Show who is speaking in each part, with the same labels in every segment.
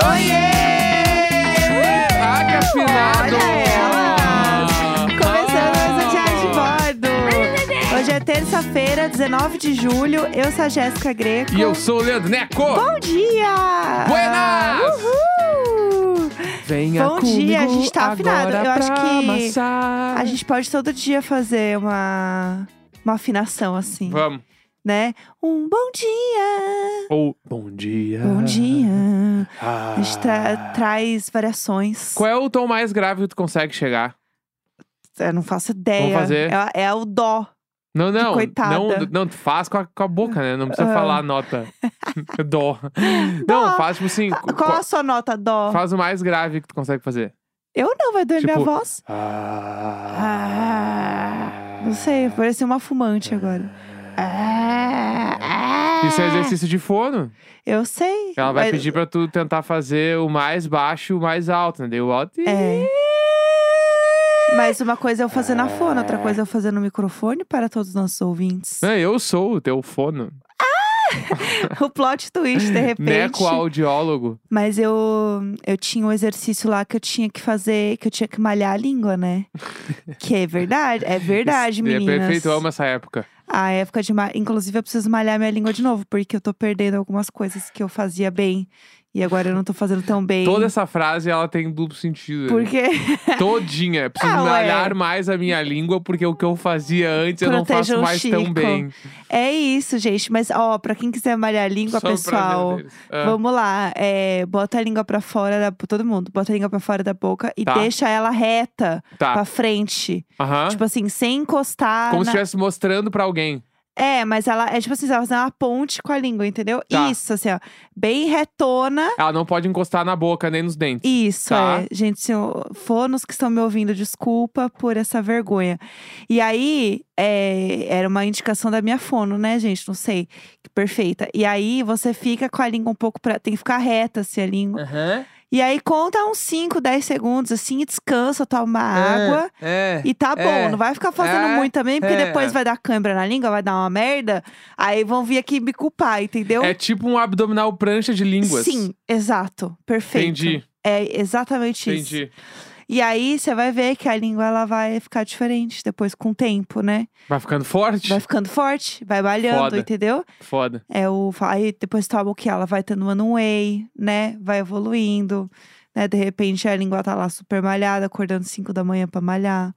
Speaker 1: Ah.
Speaker 2: um Quinta-feira, 19 é de julho. Eu sou a Jéssica Greco.
Speaker 1: E eu sou o Leandro Neco.
Speaker 2: Bom dia!
Speaker 1: Buenas!
Speaker 2: Uhul!
Speaker 1: Venha
Speaker 2: Bom dia, a
Speaker 1: comigo
Speaker 2: gente tá afinado.
Speaker 1: agora
Speaker 2: Eu acho
Speaker 1: pra
Speaker 2: que
Speaker 1: amassar.
Speaker 2: A gente pode todo dia fazer uma, uma afinação assim,
Speaker 1: Vamos.
Speaker 2: né? Um bom dia!
Speaker 1: Ou bom dia.
Speaker 2: Bom dia!
Speaker 1: Ah.
Speaker 2: A gente tra- traz variações.
Speaker 1: Qual é o tom mais grave que tu consegue chegar?
Speaker 2: Eu É, não faço ideia.
Speaker 1: Vamos fazer.
Speaker 2: É, é o dó.
Speaker 1: Não, não.
Speaker 2: coitada.
Speaker 1: Não, não, tu faz com a, com a boca, né? Não precisa
Speaker 2: Ah.
Speaker 1: falar a nota. Dó. Não, faz tipo assim.
Speaker 2: Qual,
Speaker 1: qual-
Speaker 2: a sua nota dó?
Speaker 1: Faz o mais grave que tu consegue fazer.
Speaker 2: Eu não, vai doer minha
Speaker 1: Tipo-
Speaker 2: voz. Ah, não sei, parecia uma fumante agora. Ah, ah.
Speaker 1: Isso é exercício de fono.
Speaker 2: Eu sei.
Speaker 1: Ela vai
Speaker 2: mas-
Speaker 1: pedir pra tu tentar fazer o mais baixo e o mais alto, né? Daí o alto. e-
Speaker 2: É. Mas uma coisa é eu fazer na fona, outra coisa é eu fazer no microfone para todos os nossos ouvintes.
Speaker 1: Não, eu sou o teu fono.
Speaker 2: o plot twist,
Speaker 1: Né,
Speaker 2: de repente.
Speaker 1: Neco audiólogo.
Speaker 2: Mas eu, eu tinha um exercício lá que eu tinha que fazer, que eu tinha que malhar a língua, né? que é verdade, é verdade,
Speaker 1: Isso-
Speaker 2: meninas.
Speaker 1: É perfeito, eu amo essa época.
Speaker 2: A época de. ma- Inclusive, eu preciso malhar minha língua de novo, porque eu tô perdendo algumas coisas que eu fazia bem. E agora eu não tô fazendo tão bem.
Speaker 1: Toda essa frase ela tem duplo sentido. né?
Speaker 2: Porque
Speaker 1: Todinha. Preciso
Speaker 2: Ah, ué.
Speaker 1: malhar mais a minha língua, porque o que eu fazia antes eu não
Speaker 2: Protejam
Speaker 1: faço
Speaker 2: o
Speaker 1: mais tão
Speaker 2: Chico.
Speaker 1: bem.
Speaker 2: é isso, gente. Mas, ó, pra quem quiser malhar a língua,
Speaker 1: Só o prazer
Speaker 2: pessoal.
Speaker 1: deles. Ah,
Speaker 2: Vamos lá, é, bota a língua pra fora da todo mundo, bota a língua pra fora da boca e
Speaker 1: Tá.
Speaker 2: deixa ela reta pra
Speaker 1: tá.
Speaker 2: frente,
Speaker 1: Aham.
Speaker 2: tipo assim, sem encostar.
Speaker 1: Como se
Speaker 2: na-
Speaker 1: estivesse mostrando pra alguém.
Speaker 2: É, mas ela é tipo assim, você vai fazer uma ponte com a língua, entendeu?
Speaker 1: Tá.
Speaker 2: Isso, assim, ó, bem retona.
Speaker 1: Ela não pode encostar na boca nem nos dentes.
Speaker 2: Isso,
Speaker 1: Tá.
Speaker 2: é. Gente, se eu- fonos que estão me ouvindo, desculpa por essa vergonha. E aí, é, era uma indicação da minha fono, né, gente? Não sei. Que Perfeita. E aí, você fica com a língua um pouco pra. Tem que ficar reta, assim, a língua.
Speaker 1: Aham.
Speaker 2: E aí, conta uns 5, 10 segundos, assim, e descansa, toma água.
Speaker 1: É.
Speaker 2: E tá bom,
Speaker 1: É.
Speaker 2: não vai ficar fazendo
Speaker 1: É.
Speaker 2: muito também, porque
Speaker 1: É.
Speaker 2: depois vai dar câimbra na língua, vai dar uma merda. Aí vão vir aqui me culpar, entendeu?
Speaker 1: É tipo um abdominal prancha de línguas.
Speaker 2: Sim, exato. Perfeito.
Speaker 1: Entendi.
Speaker 2: É exatamente isso.
Speaker 1: Entendi.
Speaker 2: E aí você vai ver que a língua ela vai ficar diferente depois com o tempo, né?
Speaker 1: Vai ficando forte?
Speaker 2: Vai ficando forte, vai malhando,
Speaker 1: Foda.
Speaker 2: entendeu?
Speaker 1: Foda.
Speaker 2: É o aí depois toma o que ela vai tendo one way, né? Vai evoluindo, né? De repente a língua tá lá super malhada, acordando 5 da manhã pra malhar,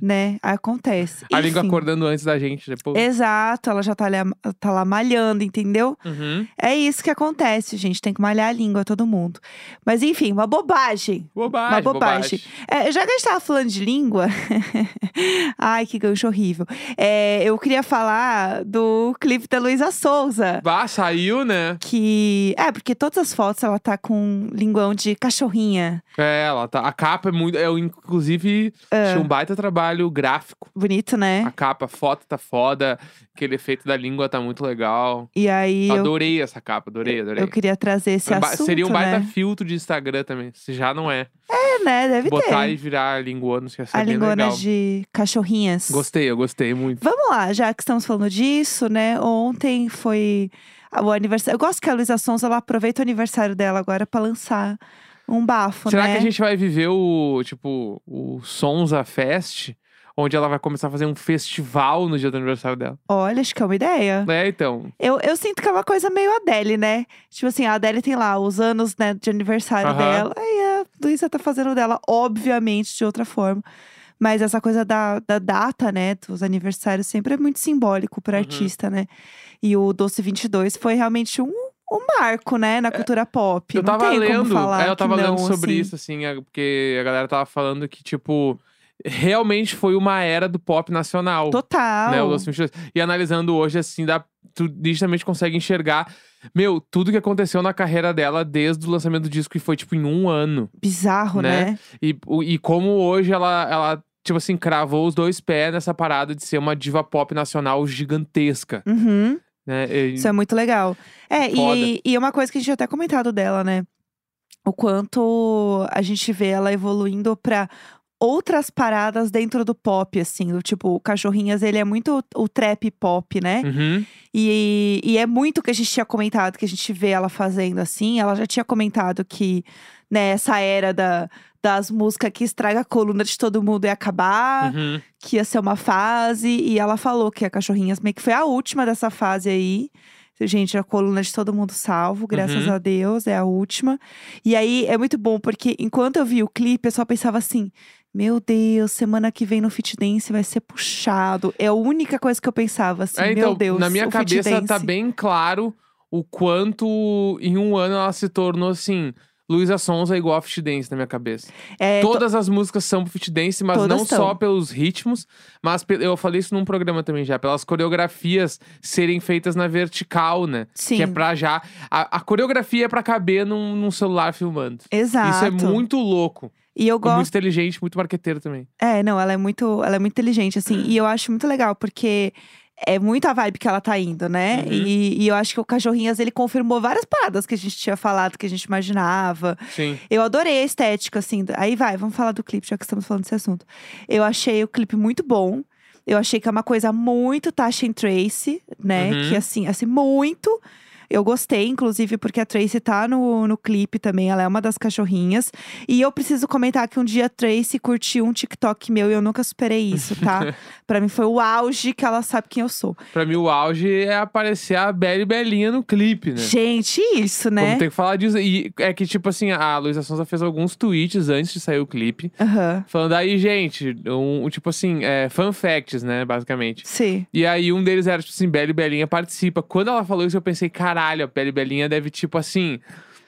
Speaker 2: né? Aí acontece.
Speaker 1: A língua
Speaker 2: Enfim. É
Speaker 1: acordando antes da gente depois.
Speaker 2: Exato, ela já tá lá, tá lá malhando, entendeu?
Speaker 1: Uhum.
Speaker 2: É isso que acontece, gente. Tem que malhar a língua todo mundo. Mas enfim, uma bobagem.
Speaker 1: Bobagem,
Speaker 2: Uma bobagem. É, já que a gente tava falando de língua. Ai, que gancho horrível. É, eu queria falar do clipe da Luísa Souza.
Speaker 1: Bah, saiu, né?
Speaker 2: Que. É, porque todas as fotos ela tá com linguão de cachorrinha.
Speaker 1: É, ela tá. A capa é muito. É, inclusive,
Speaker 2: Ah.
Speaker 1: tinha um baita trabalho gráfico.
Speaker 2: Bonito, né?
Speaker 1: A capa, a foto tá foda. Aquele efeito da língua tá muito legal.
Speaker 2: E aí eu,
Speaker 1: Adorei essa capa, adorei, adorei.
Speaker 2: eu queria trazer esse
Speaker 1: É um ba-
Speaker 2: assunto.
Speaker 1: Seria um baita
Speaker 2: né?
Speaker 1: filtro de Instagram também, se já não é.
Speaker 2: É, né? Deve
Speaker 1: Botar e
Speaker 2: ter.
Speaker 1: virar linguanos, que ia ser
Speaker 2: A né,
Speaker 1: bem
Speaker 2: linguona
Speaker 1: legal.
Speaker 2: de cachorrinhas.
Speaker 1: Gostei, eu gostei muito.
Speaker 2: Vamos lá, já que estamos falando disso, né? Ontem foi o aniversário. Eu gosto que a Luísa Sonza ela aproveita o aniversário dela agora pra lançar um bafo,
Speaker 1: Será
Speaker 2: né?
Speaker 1: que a gente vai viver o, tipo, o Sonza Fest? Onde ela vai começar a fazer um festival no dia do aniversário dela.
Speaker 2: Olha, acho que é uma ideia.
Speaker 1: É, então.
Speaker 2: Eu, eu sinto que é uma coisa meio Adele, né? Tipo assim, a Adele tem lá os anos né, de aniversário
Speaker 1: Aham.
Speaker 2: dela. E a Luísa tá fazendo dela, obviamente, de outra forma. Mas essa coisa da, da data, né? Dos aniversários sempre é muito simbólico pra
Speaker 1: Uhum.
Speaker 2: artista, né? E o Doce 22 foi realmente um, um marco, né? Na cultura pop.
Speaker 1: É, eu
Speaker 2: Não
Speaker 1: tava
Speaker 2: tem como
Speaker 1: lendo,
Speaker 2: falar
Speaker 1: é, eu
Speaker 2: que
Speaker 1: tava
Speaker 2: não,
Speaker 1: lendo sobre
Speaker 2: assim.
Speaker 1: isso, assim, a- porque a galera tava falando que, tipo, realmente foi uma era do pop nacional.
Speaker 2: Total.
Speaker 1: Né, o Los Angeles. E analisando hoje, assim, dá, tu nitidamente consegue enxergar, meu, tudo que aconteceu na carreira dela desde o lançamento do disco, que foi, tipo, em um ano.
Speaker 2: Bizarro, né?
Speaker 1: E, o- e como hoje ela, ela, tipo assim, cravou os dois pés nessa parada de ser uma diva pop nacional gigantesca,
Speaker 2: Uhum.
Speaker 1: né? E-
Speaker 2: Isso é muito legal. É,
Speaker 1: Foda.
Speaker 2: e, e uma coisa que a gente tinha até comentado dela, né? O quanto a gente vê ela evoluindo pra outras paradas dentro do pop, assim. Do, tipo, o Cachorrinhas, ele é muito o, o trap pop, né?
Speaker 1: Uhum.
Speaker 2: E, e é muito o que a gente tinha comentado, que a gente vê ela fazendo assim. Ela já tinha comentado que né, essa era da, das músicas que estraga a coluna de todo mundo ia acabar,
Speaker 1: uhum.
Speaker 2: que ia ser uma fase. E ela falou que a Cachorrinhas meio que foi a última dessa fase aí. Gente, a coluna de todo mundo salvo, graças
Speaker 1: Uhum.
Speaker 2: a Deus, é a última. E aí é muito bom, porque enquanto eu vi o clipe, eu só pensava assim: meu Deus, semana que vem no Fit Dance vai ser puxado. É a única coisa que eu pensava, assim,
Speaker 1: É,
Speaker 2: meu
Speaker 1: então,
Speaker 2: Deus.
Speaker 1: na minha
Speaker 2: o Fit
Speaker 1: cabeça tá
Speaker 2: Dance.
Speaker 1: bem claro o quanto em um ano ela se tornou assim. Luísa Sonza é igual a Fit Dance na minha cabeça.
Speaker 2: É, to-
Speaker 1: Todas as músicas são pro Fit Dance, mas
Speaker 2: Todas
Speaker 1: não
Speaker 2: são.
Speaker 1: só pelos ritmos, mas pe- eu falei isso num programa também já, pelas coreografias serem feitas na vertical, né?
Speaker 2: Sim.
Speaker 1: Que é pra já. A, a coreografia é pra caber num, num celular filmando.
Speaker 2: Exato.
Speaker 1: Isso é muito louco.
Speaker 2: E eu
Speaker 1: E muito
Speaker 2: gosto.
Speaker 1: inteligente, muito marqueteiro também.
Speaker 2: É, não, ela é muito, ela é muito inteligente, assim. E eu acho muito legal, porque é muito a vibe que ela tá indo, né?
Speaker 1: Uhum.
Speaker 2: E, e eu acho que o Cachorrinhas, ele confirmou várias paradas que a gente tinha falado, que a gente imaginava.
Speaker 1: Sim.
Speaker 2: Eu adorei a estética, assim. do- Aí vai, vamos falar do clipe, já que estamos falando desse assunto. Eu achei o clipe muito bom. Eu achei que é uma coisa muito Tasha and Tracy, né?
Speaker 1: Uhum.
Speaker 2: Que assim, assim, muito. Eu gostei, inclusive, porque a Tracy tá no, no clipe também. Ela é uma das cachorrinhas. E eu preciso comentar que um dia a Tracy curtiu um TikTok meu e eu nunca superei isso, tá? pra mim foi o auge que ela sabe quem eu sou.
Speaker 1: Pra mim, o auge é aparecer a Belle Belinha no clipe, né?
Speaker 2: Gente, isso, né?
Speaker 1: Vamos ter que falar disso. E é que, tipo assim, a Luísa Sonza fez alguns tweets antes de sair o clipe.
Speaker 2: Aham.
Speaker 1: Falando aí, gente, um, um tipo assim, é, fun facts, né, basicamente.
Speaker 2: Sim.
Speaker 1: E aí um deles era, tipo assim, Belle Belinha participa. Quando ela falou isso, eu pensei, caralho, a Belle Belinha deve, tipo assim,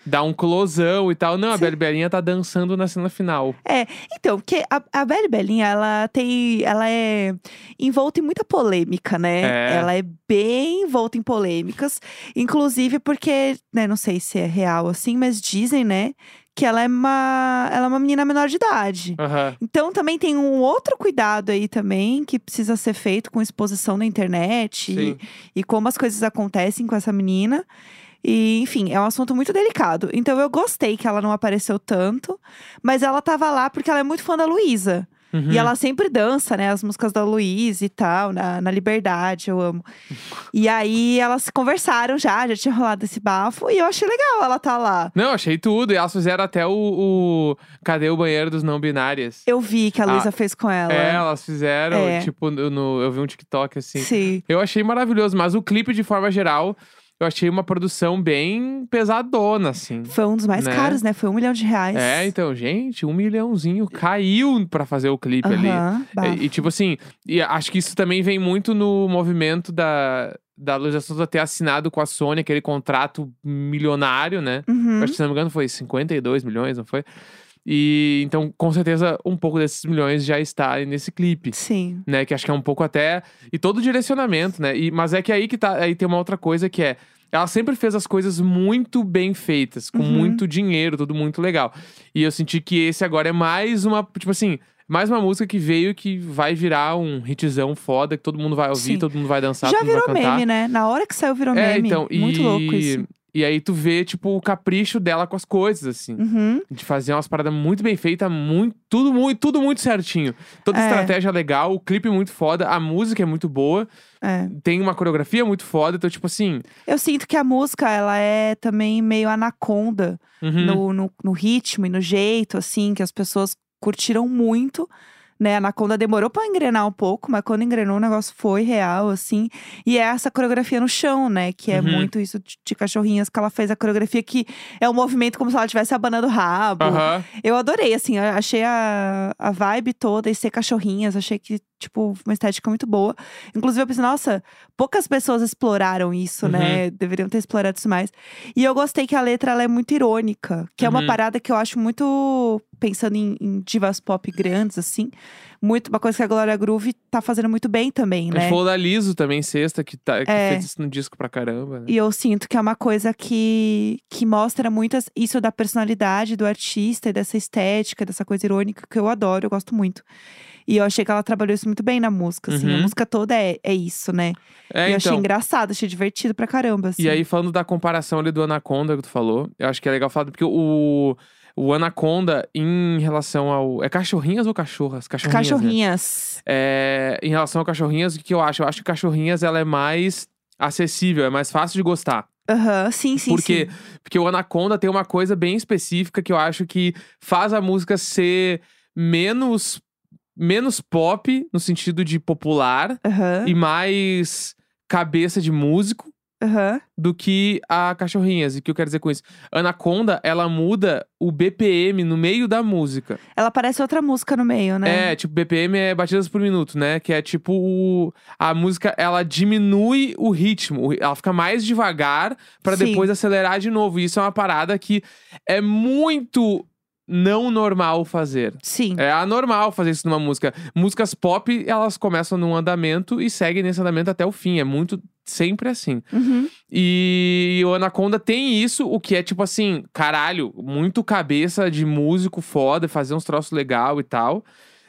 Speaker 1: dar um closão e tal. Não, a
Speaker 2: Sim.
Speaker 1: Belle Belinha tá dançando na cena final.
Speaker 2: É, então, porque a, a Belle Belinha, ela tem. Ela é envolta em muita polêmica, né?
Speaker 1: É.
Speaker 2: Ela é bem envolta em polêmicas. Inclusive porque, né, não sei se é real assim, mas dizem, né, que ela é uma. Ela é uma menina menor de idade.
Speaker 1: Aham.
Speaker 2: Então também tem um outro cuidado aí também que precisa ser feito com exposição na internet e-
Speaker 1: Sim.
Speaker 2: e como as coisas acontecem com essa menina. E, enfim, é um assunto muito delicado. Então eu gostei que ela não apareceu tanto, mas ela tava lá porque ela é muito fã da Luísa.
Speaker 1: Uhum.
Speaker 2: E ela sempre dança, né? As músicas da Luísa e tal, na, na Liberdade, eu amo. e aí elas conversaram já, já tinha rolado esse bafo, e eu achei legal ela tá lá.
Speaker 1: Não, achei tudo. E elas fizeram até o, o Cadê o banheiro dos não binárias?
Speaker 2: Eu vi que a
Speaker 1: Ah,
Speaker 2: Luísa fez com ela.
Speaker 1: É, elas fizeram,
Speaker 2: É.
Speaker 1: tipo, no, no- eu vi um TikTok assim.
Speaker 2: Sim.
Speaker 1: Eu achei maravilhoso, mas o clipe, de forma geral, eu achei uma produção bem pesadona, assim.
Speaker 2: Foi um dos mais
Speaker 1: Né?
Speaker 2: caros, né? Foi um milhão de reais.
Speaker 1: É, então, gente, um milhãozinho caiu pra fazer o clipe ali.
Speaker 2: Aham, bafo.
Speaker 1: tipo, E, e, tipo assim, e acho que isso também vem muito no movimento da, da Luísa Sonza ter assinado com a Sony aquele contrato milionário, né?
Speaker 2: Uhum.
Speaker 1: Acho que, se não me engano, foi 52 milhões, não foi? E então, com certeza, um pouco desses milhões já está aí nesse clipe
Speaker 2: Sim.
Speaker 1: né? Que acho que é um pouco até. E todo o direcionamento, né? E, mas é que aí que tá. Aí tem uma outra coisa que é. Ela sempre fez as coisas muito bem feitas, com
Speaker 2: Uhum.
Speaker 1: muito dinheiro, tudo muito legal. E eu senti que esse agora é mais uma. Tipo assim, mais uma música que veio que vai virar um hitzão foda, que todo mundo vai ouvir,
Speaker 2: Sim.
Speaker 1: todo mundo vai dançar,
Speaker 2: Já
Speaker 1: todo mundo
Speaker 2: virou
Speaker 1: vai cantar.
Speaker 2: meme, né? Na hora que saiu, virou
Speaker 1: É,
Speaker 2: meme.
Speaker 1: então,
Speaker 2: Muito
Speaker 1: e...
Speaker 2: louco isso.
Speaker 1: E aí tu vê, tipo, o capricho dela com as coisas, assim.
Speaker 2: Uhum.
Speaker 1: De fazer umas paradas muito bem feitas, muito, tudo muito, tudo muito certinho. Toda
Speaker 2: É.
Speaker 1: estratégia legal, o clipe muito foda, a música é muito boa,
Speaker 2: É.
Speaker 1: tem uma coreografia muito foda, então, tipo assim.
Speaker 2: Eu sinto que a música, ela é também meio anaconda
Speaker 1: uhum,
Speaker 2: no, no, no ritmo e no jeito, assim, que as pessoas curtiram muito. Né, a Anaconda demorou pra engrenar um pouco, mas quando engrenou o negócio foi real, assim. E é essa coreografia no chão, né? Que é
Speaker 1: Uhum.
Speaker 2: muito isso de, de cachorrinhas que ela fez a coreografia, que é um movimento como se ela estivesse abanando o rabo.
Speaker 1: aham.
Speaker 2: Eu adorei, assim, eu achei a, a vibe toda e ser cachorrinhas, achei que, tipo, uma estética muito boa. Inclusive, eu pensei, nossa, poucas pessoas exploraram isso, né? Deveriam ter explorado isso mais. E eu gostei que a letra ela é muito irônica, que é uma
Speaker 1: Uhum.
Speaker 2: parada que eu acho muito. Pensando em, em divas pop grandes, assim, muito uma coisa que a Glória Groove tá fazendo muito bem também,
Speaker 1: A gente
Speaker 2: né?
Speaker 1: falou da Liso também, sexta, que, tá, que
Speaker 2: É.
Speaker 1: fez isso no disco pra caramba. Né?
Speaker 2: E eu sinto que é uma coisa que, que mostra muito as- isso da personalidade do artista e dessa estética, dessa coisa irônica que eu adoro, eu gosto muito. E eu achei que ela trabalhou isso muito bem na música, assim. A
Speaker 1: Uhum.
Speaker 2: música toda é, é isso, né?
Speaker 1: É,
Speaker 2: e eu achei
Speaker 1: então.
Speaker 2: engraçado, achei divertido pra caramba, assim.
Speaker 1: E aí, falando da comparação ali do Anaconda que tu falou, eu acho que é legal falar, porque o. o Anaconda em relação ao. É cachorrinhas ou cachorras? Cachorrinhas. né?
Speaker 2: Cachorrinhas.
Speaker 1: É, em relação ao cachorrinhas, o que eu acho? Eu acho que cachorrinhas ela é mais acessível, é mais fácil de gostar.
Speaker 2: Aham, sim, sim,
Speaker 1: porque,
Speaker 2: sim.
Speaker 1: porque o Anaconda tem uma coisa bem específica que eu acho que faz a música ser menos, menos pop, no sentido de popular,
Speaker 2: Aham,
Speaker 1: e mais cabeça de músico
Speaker 2: aham.
Speaker 1: do que a Cachorrinhas. E o que eu quero dizer com isso? Anaconda, ela muda o BPM no meio da música.
Speaker 2: Ela parece outra música no meio, né?
Speaker 1: É, tipo, BPM é batidas por minuto, né? Que é tipo. o- A música, ela diminui o ritmo. o ri- Ela fica mais devagar pra
Speaker 2: Sim.
Speaker 1: depois acelerar de novo. E isso é uma parada que é muito não normal fazer.
Speaker 2: Sim.
Speaker 1: É anormal fazer isso numa música. Músicas pop, elas começam num andamento e seguem nesse andamento até o fim. É muito sempre assim.
Speaker 2: Uhum.
Speaker 1: E o Anaconda tem isso, o que é tipo assim, caralho, muito cabeça de músico foda, fazer uns troços legal e tal.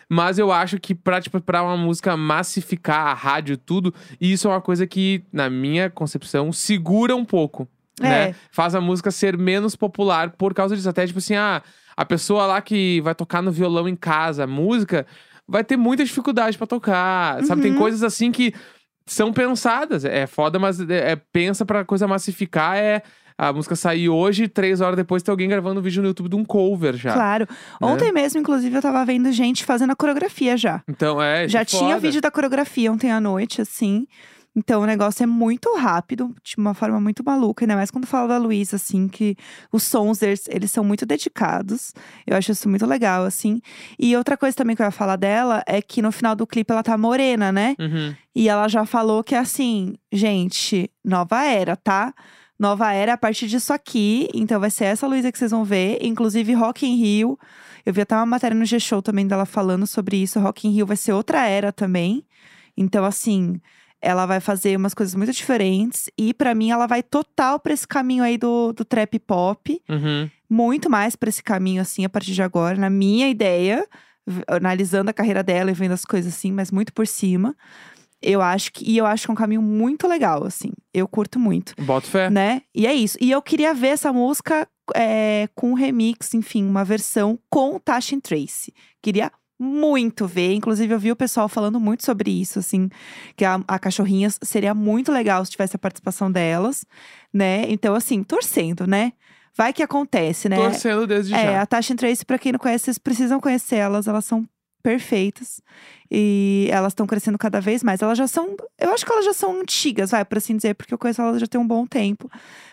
Speaker 1: Mas eu acho que pra, tipo, pra uma música massificar a rádio e tudo, isso é uma coisa que, na minha concepção, segura um pouco.
Speaker 2: É.
Speaker 1: Né? Faz a música ser menos popular por causa disso. Até tipo assim, ah, a pessoa lá que vai tocar no violão em casa, a música, vai ter muita dificuldade pra tocar. Sabe, tem
Speaker 2: Uhum.
Speaker 1: coisas assim que são pensadas. É foda, mas é, é- pensa pra coisa massificar é a música sair hoje, três horas depois tem alguém gravando um vídeo no YouTube de um cover já. Né?
Speaker 2: Claro. Ontem mesmo, inclusive, eu tava vendo gente fazendo a coreografia já.
Speaker 1: Então, é. isso
Speaker 2: já
Speaker 1: é
Speaker 2: tinha
Speaker 1: foda.
Speaker 2: vídeo da coreografia ontem à noite, assim. Então o negócio é muito rápido, de uma forma muito maluca, ainda mais quando fala da Luísa, assim, que os sons deles, eles são muito dedicados. Eu acho isso muito legal, assim. E outra coisa também que eu ia falar dela é que no final do clipe ela tá morena, né?
Speaker 1: Uhum.
Speaker 2: E ela já falou que é assim, gente, nova era, tá? Nova era a partir disso aqui. Então vai ser essa Luísa que vocês vão ver. Inclusive, Rock in Rio. Eu vi até uma matéria no G-Show também dela falando sobre isso. Rock in Rio vai ser outra era também. Então, assim, ela vai fazer umas coisas muito diferentes. E pra mim, ela vai total pra esse caminho aí do, do trap pop
Speaker 1: Uhum.
Speaker 2: muito mais pra esse caminho, assim, a partir de agora, na minha ideia, v- analisando a carreira dela e vendo as coisas assim, mas muito por cima. Eu acho que. E eu acho que é um caminho muito legal, assim. Eu curto muito,
Speaker 1: Boto fé.
Speaker 2: né? E é isso. E eu queria ver essa música é, com remix, enfim, uma versão com Tasha and Trace. Queria muito ver. Inclusive, eu vi o pessoal falando muito sobre isso, assim, que a, a Cachorrinhas seria muito legal se tivesse a participação delas, né? Então, assim, torcendo, né? Vai que acontece, né?
Speaker 1: Torcendo desde
Speaker 2: É,
Speaker 1: já.
Speaker 2: a Tasha and Trace, pra quem não conhece, vocês precisam conhecer elas, elas são perfeitas. E elas estão crescendo cada vez mais. Elas já são. Eu acho que elas já são antigas, vai, por assim dizer, porque eu conheço elas já tem um bom tempo.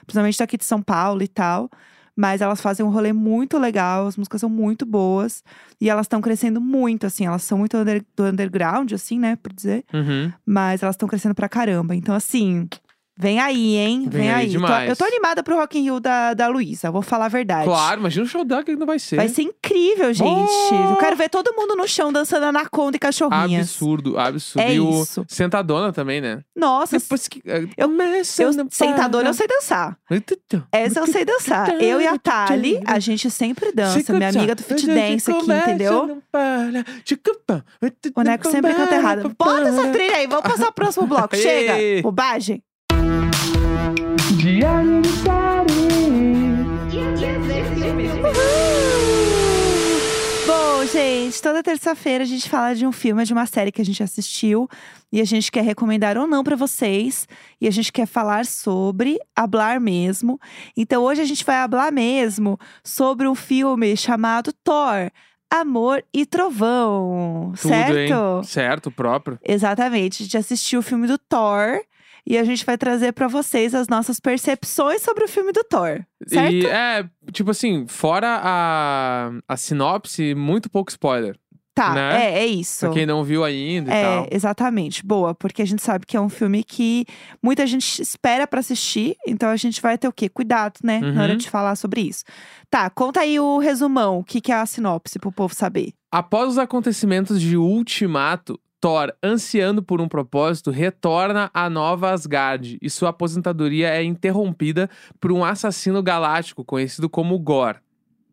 Speaker 2: Principalmente daqui de São Paulo e tal. Mas elas fazem um rolê muito legal, as músicas são muito boas. E elas estão crescendo muito, assim. Elas são muito under- do underground, assim, né, por dizer.
Speaker 1: Uhum.
Speaker 2: Mas elas estão crescendo pra caramba. Então, assim. Vem aí, hein?
Speaker 1: Vem aí
Speaker 2: Tô-
Speaker 1: demais.
Speaker 2: eu tô animada pro Rock in Rio da, da Luísa, vou falar a verdade.
Speaker 1: Claro, imagina o show dela que não vai ser.
Speaker 2: Vai ser incrível, gente.
Speaker 1: Oh!
Speaker 2: Eu quero ver todo mundo no chão dançando anaconda e cachorrinhas.
Speaker 1: Absurdo, absurdo.
Speaker 2: É
Speaker 1: e o
Speaker 2: isso.
Speaker 1: Sentadona também, né?
Speaker 2: Nossa,
Speaker 1: Depois que.
Speaker 2: ah, eu-
Speaker 1: começa
Speaker 2: eu
Speaker 1: a
Speaker 2: sentadora eu
Speaker 1: parar.
Speaker 2: sei dançar. Essa eu sei
Speaker 1: tá,
Speaker 2: dançar. Eu e a Tali, a gente sempre dança. Minha amiga do fit dance aqui, entendeu? O Neco sempre canta errado. Bota essa trilha aí, vamos passar o próximo bloco.
Speaker 1: Ei.
Speaker 2: Chega! Bobagem.
Speaker 1: Diário de Paris.
Speaker 2: Bom, gente, toda terça-feira a gente fala de um filme, de uma série que a gente assistiu e a gente quer recomendar ou não pra vocês. E a gente quer falar sobre hablar mesmo. Então hoje a gente vai hablar mesmo sobre um filme chamado Thor, Amor e Trovão,
Speaker 1: Tudo,
Speaker 2: certo?
Speaker 1: hein? Certo, próprio.
Speaker 2: Exatamente. A gente assistiu o filme do Thor e a gente vai trazer pra vocês as nossas percepções sobre o filme do Thor, certo?
Speaker 1: E é, tipo assim, fora a, a sinopse, muito pouco spoiler.
Speaker 2: tá,
Speaker 1: né?
Speaker 2: é, é isso.
Speaker 1: Pra quem não viu ainda e
Speaker 2: É,
Speaker 1: tal.
Speaker 2: exatamente. Boa, porque a gente sabe que é um filme que muita gente espera pra assistir, então a gente vai ter o quê? Cuidado, né?
Speaker 1: Uhum.
Speaker 2: Na hora de falar sobre isso. Tá, conta aí o resumão, o que, que é a sinopse pro povo saber.
Speaker 1: Após os acontecimentos de Ultimato, Thor, ansiando por um propósito, retorna à Nova Asgard e sua aposentadoria é interrompida por um assassino galáctico conhecido como Gor.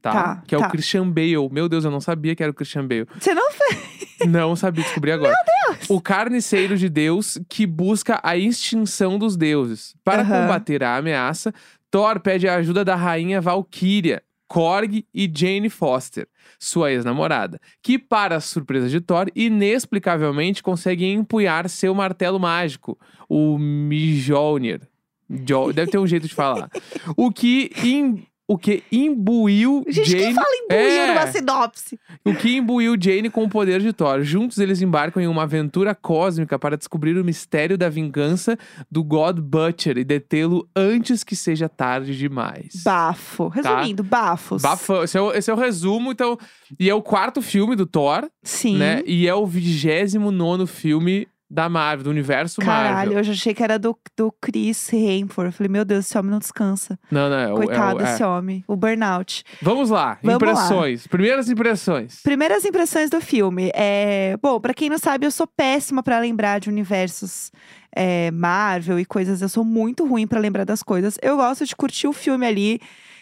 Speaker 1: Tá?
Speaker 2: Tá,
Speaker 1: que é o
Speaker 2: tá.
Speaker 1: Christian Bale. Meu Deus, eu não sabia que era o Christian Bale.
Speaker 2: Você não fez?
Speaker 1: Não sabia, descobri agora. Meu
Speaker 2: Deus!
Speaker 1: O carniceiro de Deus que busca a extinção dos deuses. Para
Speaker 2: Aham.
Speaker 1: combater a ameaça, Thor pede a ajuda da rainha Valkyria, Korg e Jane Foster, sua ex-namorada, que, para a surpresa de Thor, inexplicavelmente consegue empunhar seu martelo mágico, o Mjolnir. Jo- Deve ter um jeito de falar. O que, im- o que imbuiu
Speaker 2: Gente,
Speaker 1: Jane...
Speaker 2: quem fala imbuiu
Speaker 1: É.
Speaker 2: numa sinopse?
Speaker 1: O que imbuiu Jane com o poder de Thor. Juntos eles embarcam em uma aventura cósmica para descobrir o mistério da vingança do God Butcher e detê-lo antes que seja tarde demais.
Speaker 2: Bafo.
Speaker 1: Tá.
Speaker 2: Resumindo, bafos.
Speaker 1: Bafão. Esse é, o, esse é o resumo, então. E é o quarto filme do Thor,
Speaker 2: Sim.
Speaker 1: né? E é o 29 filme da Marvel, do universo
Speaker 2: Caralho,
Speaker 1: Marvel.
Speaker 2: eu já achei que era do, do Chris Hemsworth. Falei, meu Deus, esse homem não descansa.
Speaker 1: Não, não, é o- é o-
Speaker 2: Coitado
Speaker 1: é.
Speaker 2: desse homem. O burnout.
Speaker 1: Vamos lá,
Speaker 2: Vamos
Speaker 1: impressões. Primeiras impressões.
Speaker 2: Primeiras impressões do filme. É... Bom, pra quem não sabe, eu sou péssima pra lembrar de universos é, Marvel e coisas. Eu sou muito ruim pra lembrar das coisas. Eu gosto de curtir o filme ali.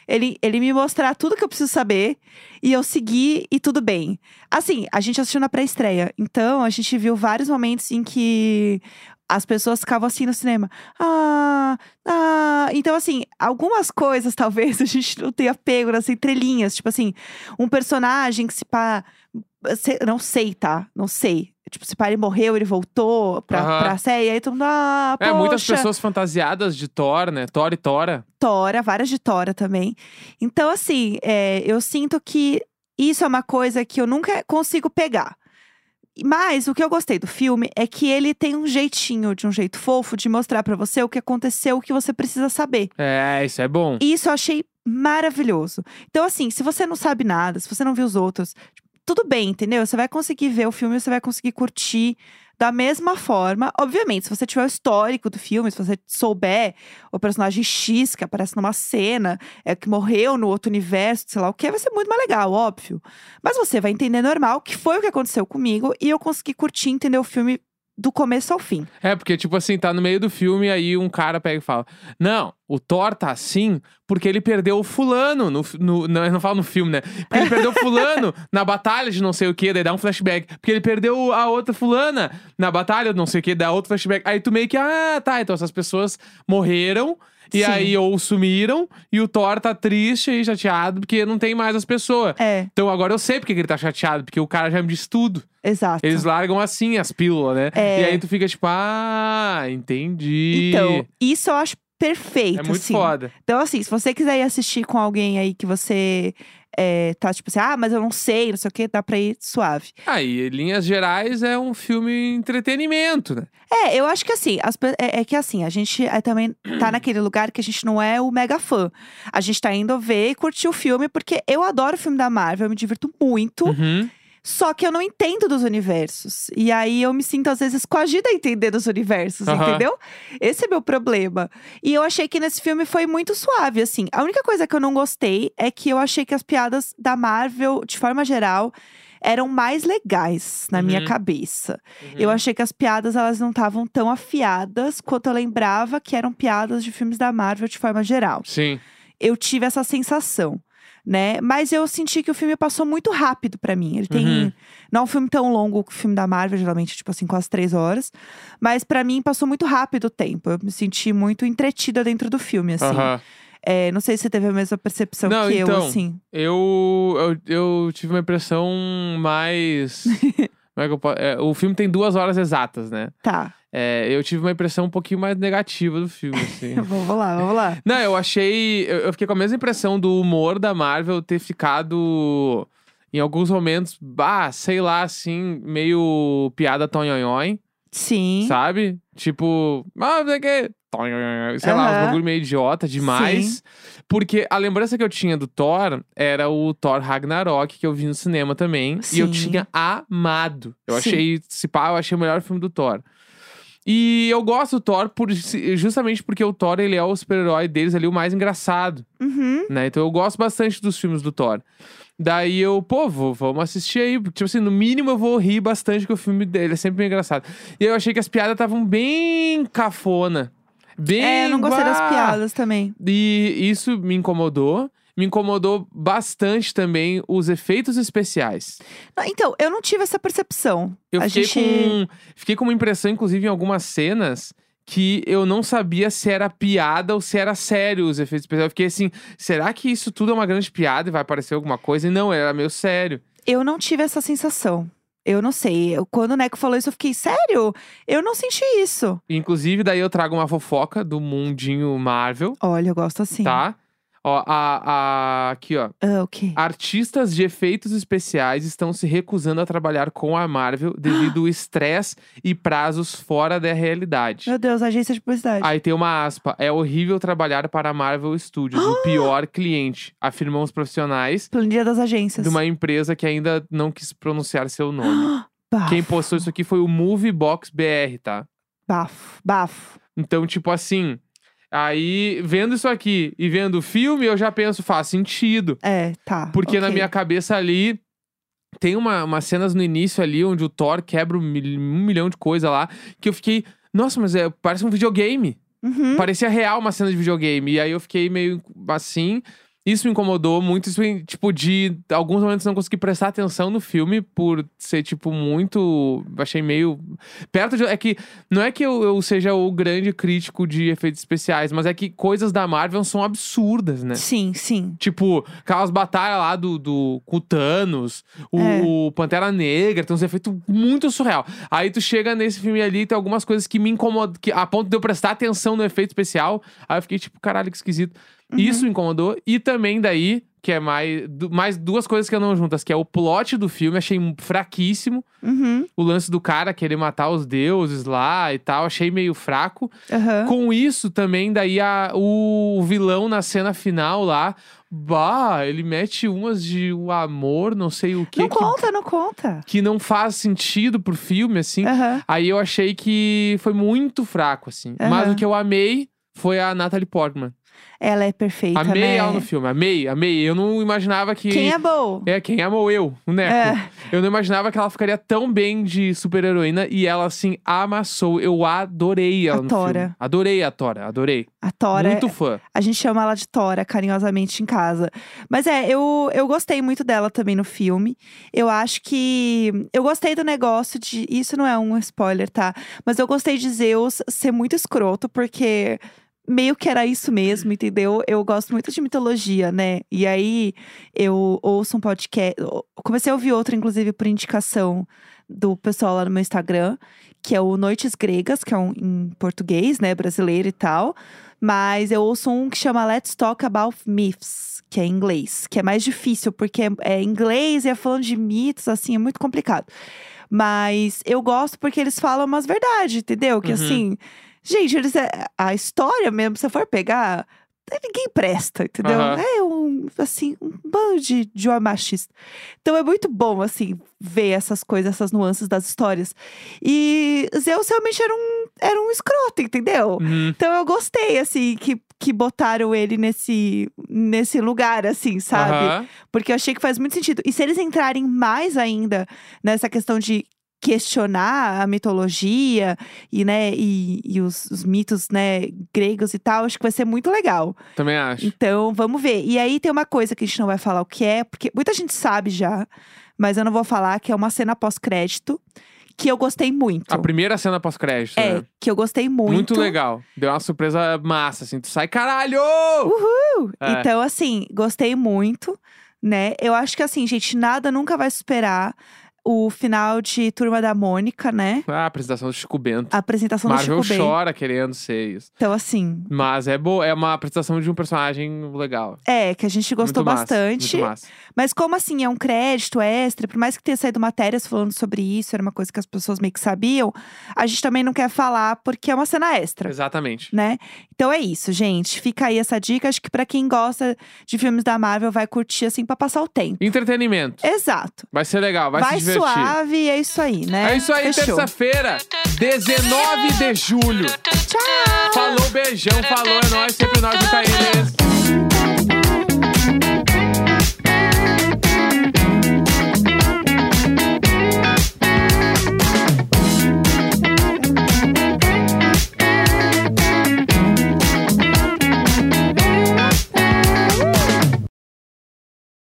Speaker 2: Ele, ele me mostrar tudo que eu preciso saber e eu seguir e tudo bem. Assim, a gente assistiu na pré-estreia, então a gente viu vários momentos em que as pessoas ficavam assim no cinema. Ah, ah. Então, assim, algumas coisas talvez a gente não tenha pego nas entrelinhas. Tipo assim, um personagem que se pá. se- Não sei, tá? Não sei. Tipo, se pá, ele morreu, ele voltou pra,
Speaker 1: Aham.
Speaker 2: pra série. Aí todo mundo, ah,
Speaker 1: É, muitas
Speaker 2: poxa.
Speaker 1: pessoas fantasiadas de Thor, né? Thor e Tora.
Speaker 2: Tora, várias de Tora também. Então, assim, é, eu sinto que isso é uma coisa que eu nunca consigo pegar. Mas o que eu gostei do filme é que ele tem um jeitinho, de um jeito fofo, de mostrar pra você o que aconteceu, o que você precisa saber.
Speaker 1: É, isso é bom.
Speaker 2: E isso eu achei maravilhoso. Então, assim, se você não sabe nada, se você não viu os outros, tudo bem, entendeu? Você vai conseguir ver o filme, você vai conseguir curtir da mesma forma. Obviamente, se você tiver o histórico do filme, se você souber o personagem X que aparece numa cena, é que morreu no outro universo, sei lá o que, vai ser muito mais legal, óbvio. Mas você vai entender normal que foi o que aconteceu comigo e eu consegui curtir, e entender o filme do começo ao fim.
Speaker 1: É, porque, tipo assim, tá no meio do filme, aí um cara pega e fala: Não, o Thor tá assim porque ele perdeu o fulano. No, fi- no, não, eu não falo no filme, né? Porque ele perdeu o fulano na batalha de não sei o que, daí dá um flashback. Porque ele perdeu a outra fulana na batalha de não sei o que, dá outro flashback. Aí tu meio que, ah, tá, então essas pessoas morreram. E
Speaker 2: Sim.
Speaker 1: aí, ou sumiram, e o Thor tá triste e chateado porque não tem mais as pessoas.
Speaker 2: É,
Speaker 1: Então agora eu sei porque que ele tá chateado, porque o cara já me disse tudo.
Speaker 2: exato.
Speaker 1: Eles largam assim as pílulas, né?
Speaker 2: É.
Speaker 1: E aí tu fica tipo, ah, entendi.
Speaker 2: Então, isso eu acho perfeito,
Speaker 1: é muito
Speaker 2: assim.
Speaker 1: foda.
Speaker 2: Então, assim, se você quiser ir assistir com alguém aí que você é, tá tipo assim, ah, mas eu não sei, não sei o que, dá pra ir suave.
Speaker 1: Aí, Ah, Linhas Gerais é um filme entretenimento, né?
Speaker 2: É, eu acho que assim, as pe- é, é que assim, a gente é, também tá naquele lugar que a gente não é o mega fã. A gente tá indo ver e curtir o filme, porque eu adoro o filme da Marvel, eu me divirto muito.
Speaker 1: Uhum.
Speaker 2: Só que eu não entendo dos universos. E aí eu me sinto, às vezes, coagida a entender dos universos,
Speaker 1: Aham.
Speaker 2: entendeu? Esse é meu problema. E eu achei que nesse filme foi muito suave, assim. A única coisa que eu não gostei é que eu achei que as piadas da Marvel, de forma geral, eram mais legais na minha
Speaker 1: Uhum.
Speaker 2: cabeça. Eu achei que as piadas elas não estavam tão afiadas quanto eu lembrava que eram piadas de filmes da Marvel de forma geral
Speaker 1: Sim.
Speaker 2: eu tive essa sensação, né? Mas eu senti que o filme passou muito rápido pra mim. Ele tem.
Speaker 1: Uhum.
Speaker 2: Não é um filme tão longo que o filme da Marvel, geralmente, tipo assim, quase três horas. Mas pra mim passou muito rápido o tempo. Eu me senti muito entretida dentro do filme, assim.
Speaker 1: Aham.
Speaker 2: É, não sei se você teve a mesma percepção
Speaker 1: Não,
Speaker 2: que eu,
Speaker 1: então,
Speaker 2: assim.
Speaker 1: Eu, eu, eu tive uma impressão mais. Como é que eu posso... é, o filme tem duas horas exatas, né?
Speaker 2: Tá.
Speaker 1: É, eu tive uma impressão um pouquinho mais negativa do filme, assim.
Speaker 2: vamos lá, vamos lá.
Speaker 1: Não, eu achei. Eu, eu fiquei com a mesma impressão do humor da Marvel ter ficado. Em alguns momentos, bah, sei lá, assim, meio piada tonhonhon,
Speaker 2: Sim.
Speaker 1: sabe? Tipo, ah, não sei o quê, tonhonhonhon, sei lá,
Speaker 2: Aham.
Speaker 1: um bagulho meio idiota demais. Porque a lembrança que eu tinha do Thor era o Thor Ragnarok, que eu vi no cinema também. E eu
Speaker 2: Sim.
Speaker 1: tinha amado. Eu
Speaker 2: Sim.
Speaker 1: achei, se pá, eu achei o melhor filme do Thor. E eu gosto do Thor por, justamente porque o Thor ele é o super-herói deles ali, o mais engraçado,
Speaker 2: Uhum.
Speaker 1: né? Então eu gosto bastante dos filmes do Thor. Daí eu, pô, vou, vamos assistir aí. Tipo assim, no mínimo eu vou rir bastante, que o filme dele é sempre meio engraçado. E eu achei que as piadas estavam bem cafona. Bem.
Speaker 2: É, eu não gostei das
Speaker 1: bah!
Speaker 2: piadas também.
Speaker 1: E isso me incomodou. Me incomodou bastante também os efeitos especiais.
Speaker 2: Não, Então, eu não tive essa percepção.
Speaker 1: Eu
Speaker 2: a
Speaker 1: fiquei,
Speaker 2: gente.
Speaker 1: com, fiquei com uma impressão, inclusive, em algumas cenas, que eu não sabia se era piada ou se era sério os efeitos especiais. Eu fiquei assim, será que isso tudo é uma grande piada e vai aparecer alguma coisa? E não, era meio sério.
Speaker 2: Eu não tive essa sensação. Eu não sei. Eu- quando o Neco falou isso, eu fiquei, sério? Eu não senti isso.
Speaker 1: Inclusive, daí eu trago uma fofoca do mundinho Marvel,
Speaker 2: Olha, eu gosto assim.
Speaker 1: tá? Ó, a, a- aqui, ó.
Speaker 2: Ah, ok.
Speaker 1: Artistas de efeitos especiais estão se recusando a trabalhar com a Marvel devido ao estresse e prazos fora da realidade.
Speaker 2: Meu Deus, agência de publicidade.
Speaker 1: Aí tem uma aspa. É horrível trabalhar para a Marvel Studios, o pior cliente, afirmam os profissionais
Speaker 2: Planilha das agências.
Speaker 1: de uma empresa que ainda não quis pronunciar seu nome.
Speaker 2: Bafo,
Speaker 1: Quem postou isso aqui foi o Movie Box BR, tá?
Speaker 2: bafo, bafo.
Speaker 1: Então, tipo assim, aí vendo isso aqui e vendo o filme, eu já penso, faz sentido.
Speaker 2: É, tá.
Speaker 1: Porque na
Speaker 2: ok.
Speaker 1: minha cabeça ali. Tem uma, umas cenas no início ali onde o Thor quebra um, mil- um milhão de coisa lá. Que eu fiquei. Nossa, mas é, parece um videogame.
Speaker 2: Uhum.
Speaker 1: Parecia real uma cena de videogame. E aí eu fiquei meio assim. Isso me incomodou muito. Isso, em- tipo, de alguns momentos não consegui prestar atenção no filme por ser, tipo, muito. Achei meio. Perto de. É que. Não é que eu, eu seja o grande crítico de efeitos especiais, mas é que coisas da Marvel são absurdas, né?
Speaker 2: Sim, sim.
Speaker 1: Tipo, aquelas batalhas lá do, do com o Thanos, o,
Speaker 2: É.
Speaker 1: o Pantera Negra, tem uns efeitos muito surreal. Aí tu chega nesse filme ali e tem algumas coisas que me incomodam, que, a ponto de eu prestar atenção no efeito especial. Aí eu fiquei tipo, caralho, que esquisito. Isso me incomodou. E também daí, que é mais, du- mais duas coisas que eu não juntas, que é o plot do filme, achei fraquíssimo.
Speaker 2: Uhum.
Speaker 1: O lance do cara querer matar os deuses lá e tal, achei meio fraco.
Speaker 2: Aham.
Speaker 1: Com isso também, daí a- o vilão na cena final lá, bah, ele mete umas de o amor, não sei o quê,
Speaker 2: Não
Speaker 1: que,
Speaker 2: conta, não conta.
Speaker 1: que não faz sentido pro filme, assim.
Speaker 2: Aham.
Speaker 1: Aí eu achei que foi muito fraco, assim. Mas
Speaker 2: Aham.
Speaker 1: o que eu amei foi a Natalie Portman.
Speaker 2: Ela é perfeita,
Speaker 1: amei
Speaker 2: né?
Speaker 1: ela no filme, amei, amei. Eu não imaginava que.
Speaker 2: Quem é boa?
Speaker 1: É, quem amou eu, o Neco.
Speaker 2: É.
Speaker 1: Eu não imaginava que ela ficaria tão bem de super-heroína e ela, assim, amassou. Eu adorei ela
Speaker 2: A
Speaker 1: no
Speaker 2: Tora.
Speaker 1: filme. Adorei a Tora, adorei.
Speaker 2: A é Tora.
Speaker 1: Muito fã.
Speaker 2: A gente chama ela de Tora carinhosamente em casa. Mas é, eu, eu gostei muito dela também no filme. Eu acho que. Eu gostei do negócio de. Isso não é um spoiler, tá? Mas eu gostei de Zeus ser muito escroto, porque. Meio que era isso mesmo, entendeu? Eu gosto muito de mitologia, né? E aí eu ouço um podcast. eu Comecei a ouvir outro, inclusive, por indicação do pessoal lá no meu Instagram, que é o Noites Gregas, que é um em português, né, brasileiro e tal. Mas eu ouço um que chama Let's Talk About Myths, que é em inglês, que é mais difícil, porque é- é inglês e é falando de mitos, assim, é muito complicado. Mas eu gosto porque eles falam umas verdades, entendeu? Que
Speaker 1: Uhum.
Speaker 2: assim, gente, eles, é- a história mesmo, se você for pegar, é, ninguém presta, entendeu?
Speaker 1: Aham.
Speaker 2: É um, assim, um bando de, de homem machista. Então é muito bom, assim, ver essas coisas, essas nuances das histórias. E Zeus realmente era um, era um escroto, entendeu?
Speaker 1: Uhum.
Speaker 2: Então eu gostei, assim, que, que botaram ele nesse, nesse lugar, assim, sabe?
Speaker 1: Aham.
Speaker 2: Porque eu achei que faz muito sentido. E se eles entrarem mais ainda nessa questão de questionar a mitologia e, né, e, e os, os mitos, né, gregos e tal, acho que vai ser muito legal.
Speaker 1: Também acho.
Speaker 2: Então, vamos ver. E aí tem uma coisa que a gente não vai falar o que é, porque muita gente sabe já, mas eu não vou falar, que é uma cena pós-crédito que eu gostei muito.
Speaker 1: A primeira cena pós-crédito.
Speaker 2: Então. É,
Speaker 1: né?
Speaker 2: que eu gostei
Speaker 1: Muito legal. Deu uma surpresa massa, assim. Tu sai, caralho!
Speaker 2: Uhul!
Speaker 1: É.
Speaker 2: Então, assim, gostei muito, né? Eu acho que, assim, gente, nada nunca vai superar o final de Turma da Mônica, né?
Speaker 1: Ah, a apresentação do Chico Bento.
Speaker 2: A apresentação
Speaker 1: Marvel
Speaker 2: do Chico Bento.
Speaker 1: chora querendo ser isso.
Speaker 2: Então, assim,
Speaker 1: Mas é boa, é uma apresentação de um personagem legal.
Speaker 2: é, que a gente gostou
Speaker 1: Muito massa,
Speaker 2: bastante.
Speaker 1: Muito massa.
Speaker 2: Mas como assim, é um crédito extra, por mais que tenha saído matérias falando sobre isso, era uma coisa que as pessoas meio que sabiam, a gente também não quer falar porque é uma cena extra.
Speaker 1: Exatamente.
Speaker 2: né? Então é isso, gente. Fica aí essa dica. Acho que pra quem gosta de filmes da Marvel vai curtir assim pra passar o tempo.
Speaker 1: Entretenimento.
Speaker 2: Exato.
Speaker 1: Vai ser legal, vai, se divertir.
Speaker 2: suave e é isso aí, né?
Speaker 1: É isso aí,
Speaker 2: Fechou.
Speaker 1: terça-feira, 19 de julho.
Speaker 2: Tchau!
Speaker 1: Falou, beijão, falou, é nóis, sempre nós do KNS.
Speaker 2: Tchau.